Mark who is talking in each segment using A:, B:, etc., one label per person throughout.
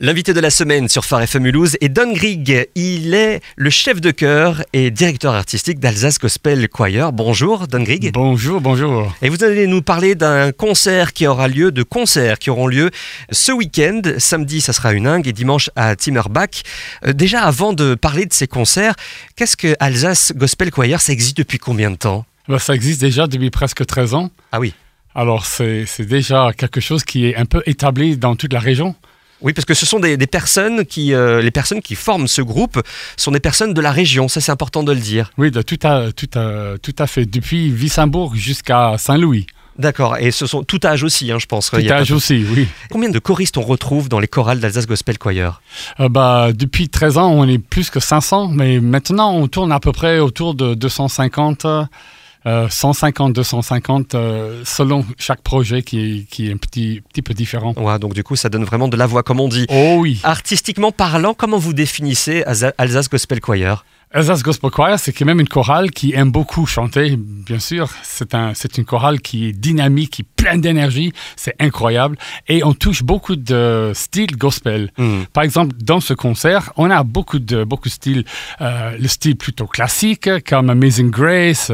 A: L'invité de la semaine sur Phare FM Mulhouse est Don Grigg. Il est le chef de chœur et directeur artistique d'Alsace Gospel Choir. Bonjour Don Grigg.
B: Bonjour, bonjour.
A: Et vous allez nous parler d'un concert qui aura lieu, de concerts qui auront lieu ce week-end. Samedi, ça sera une Huningue et dimanche à Timmerbach. Euh, Déjà, avant de parler de ces concerts, qu'est-ce que Alsace Gospel Choir Ça existe depuis combien de temps
B: Bah, Ça existe déjà depuis presque 13 ans.
A: Ah oui.
B: Alors, c'est c'est déjà quelque chose qui est un peu établi dans toute la région.
A: Oui, parce que ce sont des, des personnes qui, euh, les personnes qui forment ce groupe sont des personnes de la région. Ça, c'est important de le dire.
B: Oui, de tout à, tout à, tout à fait. Depuis Wissembourg jusqu'à Saint-Louis.
A: D'accord, et ce sont tout âge aussi, hein, je pense.
B: Tout
A: Il y a
B: âge
A: pas-
B: aussi, oui.
A: Combien de choristes on retrouve dans les chorales d'Alsace Gospel Choir
B: Euh, bah, depuis 13 ans, on est plus que 500, mais maintenant, on tourne à peu près autour de 250, euh, 150, 250, euh, selon chaque projet qui est, qui est un petit, petit peu différent.
A: Ouais, donc du coup, ça donne vraiment de la voix, comme on dit.
B: Oh oui.
A: Artistiquement parlant, comment vous définissez Alsa- Alsace Gospel Choir
B: Alsace Gospel Choir, c'est quand même une chorale qui aime beaucoup chanter, bien sûr. C'est un, c'est une chorale qui est dynamique, qui est pleine d'énergie. C'est incroyable. Et on touche beaucoup de styles gospel. Par exemple, dans ce concert, on a beaucoup de, beaucoup de styles. Euh, le style plutôt classique, comme Amazing Grace,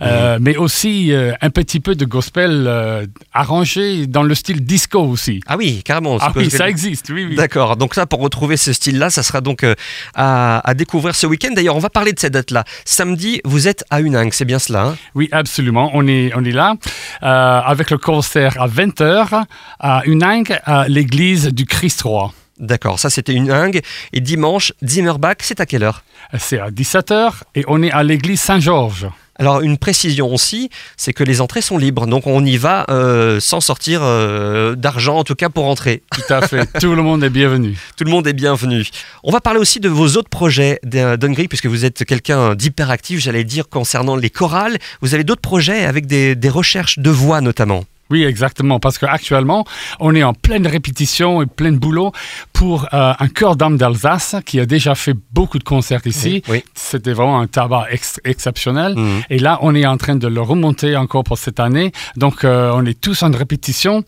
B: euh, mais aussi euh, un petit peu de gospel euh, arrangé dans le style disco aussi.
A: Ah oui, carrément.
B: Ah oui,
A: Gospel-
B: ça existe, oui, oui.
A: D'accord, donc ça, pour retrouver ce style-là, ça sera donc euh, à, à découvrir ce week-end. D'ailleurs, on va parler de cette date-là. Samedi, vous êtes à Uningue, c'est bien cela hein
B: Oui, absolument. On est, on est là euh, avec le concert à 20h à Uningue, à l'église du Christ-Roi.
A: D'accord, ça c'était Uningue. Et dimanche, Zimmerbach, c'est à quelle heure
B: C'est à 17h et on est à l'église Saint-Georges.
A: Alors une précision aussi, c'est que les entrées sont libres, donc on y va euh, sans sortir euh, d'argent, en tout cas pour entrer.
B: Tout à fait. Tout le monde est bienvenu.
A: Tout le monde est bienvenu. On va parler aussi de vos autres projets, d'un- Dungry, puisque vous êtes quelqu'un d'hyperactif, j'allais dire, concernant les chorales. Vous avez d'autres projets avec des, des recherches de voix notamment.
B: Oui, exactement. Parce qu'actuellement, on est en pleine répétition et plein de boulot pour euh, un chœur d'âme d'Alsace qui a déjà fait beaucoup de concerts ici.
A: Oui.
B: C'était vraiment un tabac ex- exceptionnel.
A: Mhm.
B: Et là, on est en train de le remonter encore pour cette année. Donc, euh, on est tous en répétition.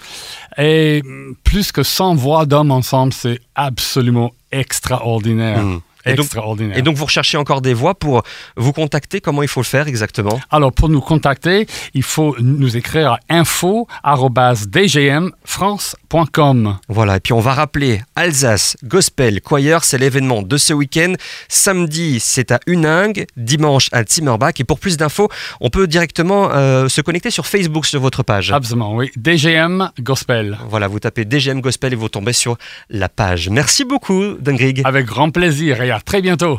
B: Et mm, plus que 100 voix d'hommes ensemble, c'est absolument extraordinaire.
A: Mm. Et donc-
B: extraordinaire.
A: Et donc vous recherchez encore des voix pour vous contacter. Comment il faut le faire exactement
B: Alors, pour nous contacter, il faut nous écrire à info.dgmfrance.com.
A: Voilà, et puis on va rappeler Alsace Gospel Choir, c'est l'événement de ce week-end. Samedi, c'est à Uningue, dimanche à Timmerbach. Et pour plus d'infos, on peut directement euh, se connecter sur Facebook sur votre page.
B: Absolument, oui. DGM Gospel.
A: Voilà, vous tapez DGM Gospel et vous tombez sur la page. Merci beaucoup, Dungrig.
B: Avec grand plaisir et à très bientôt.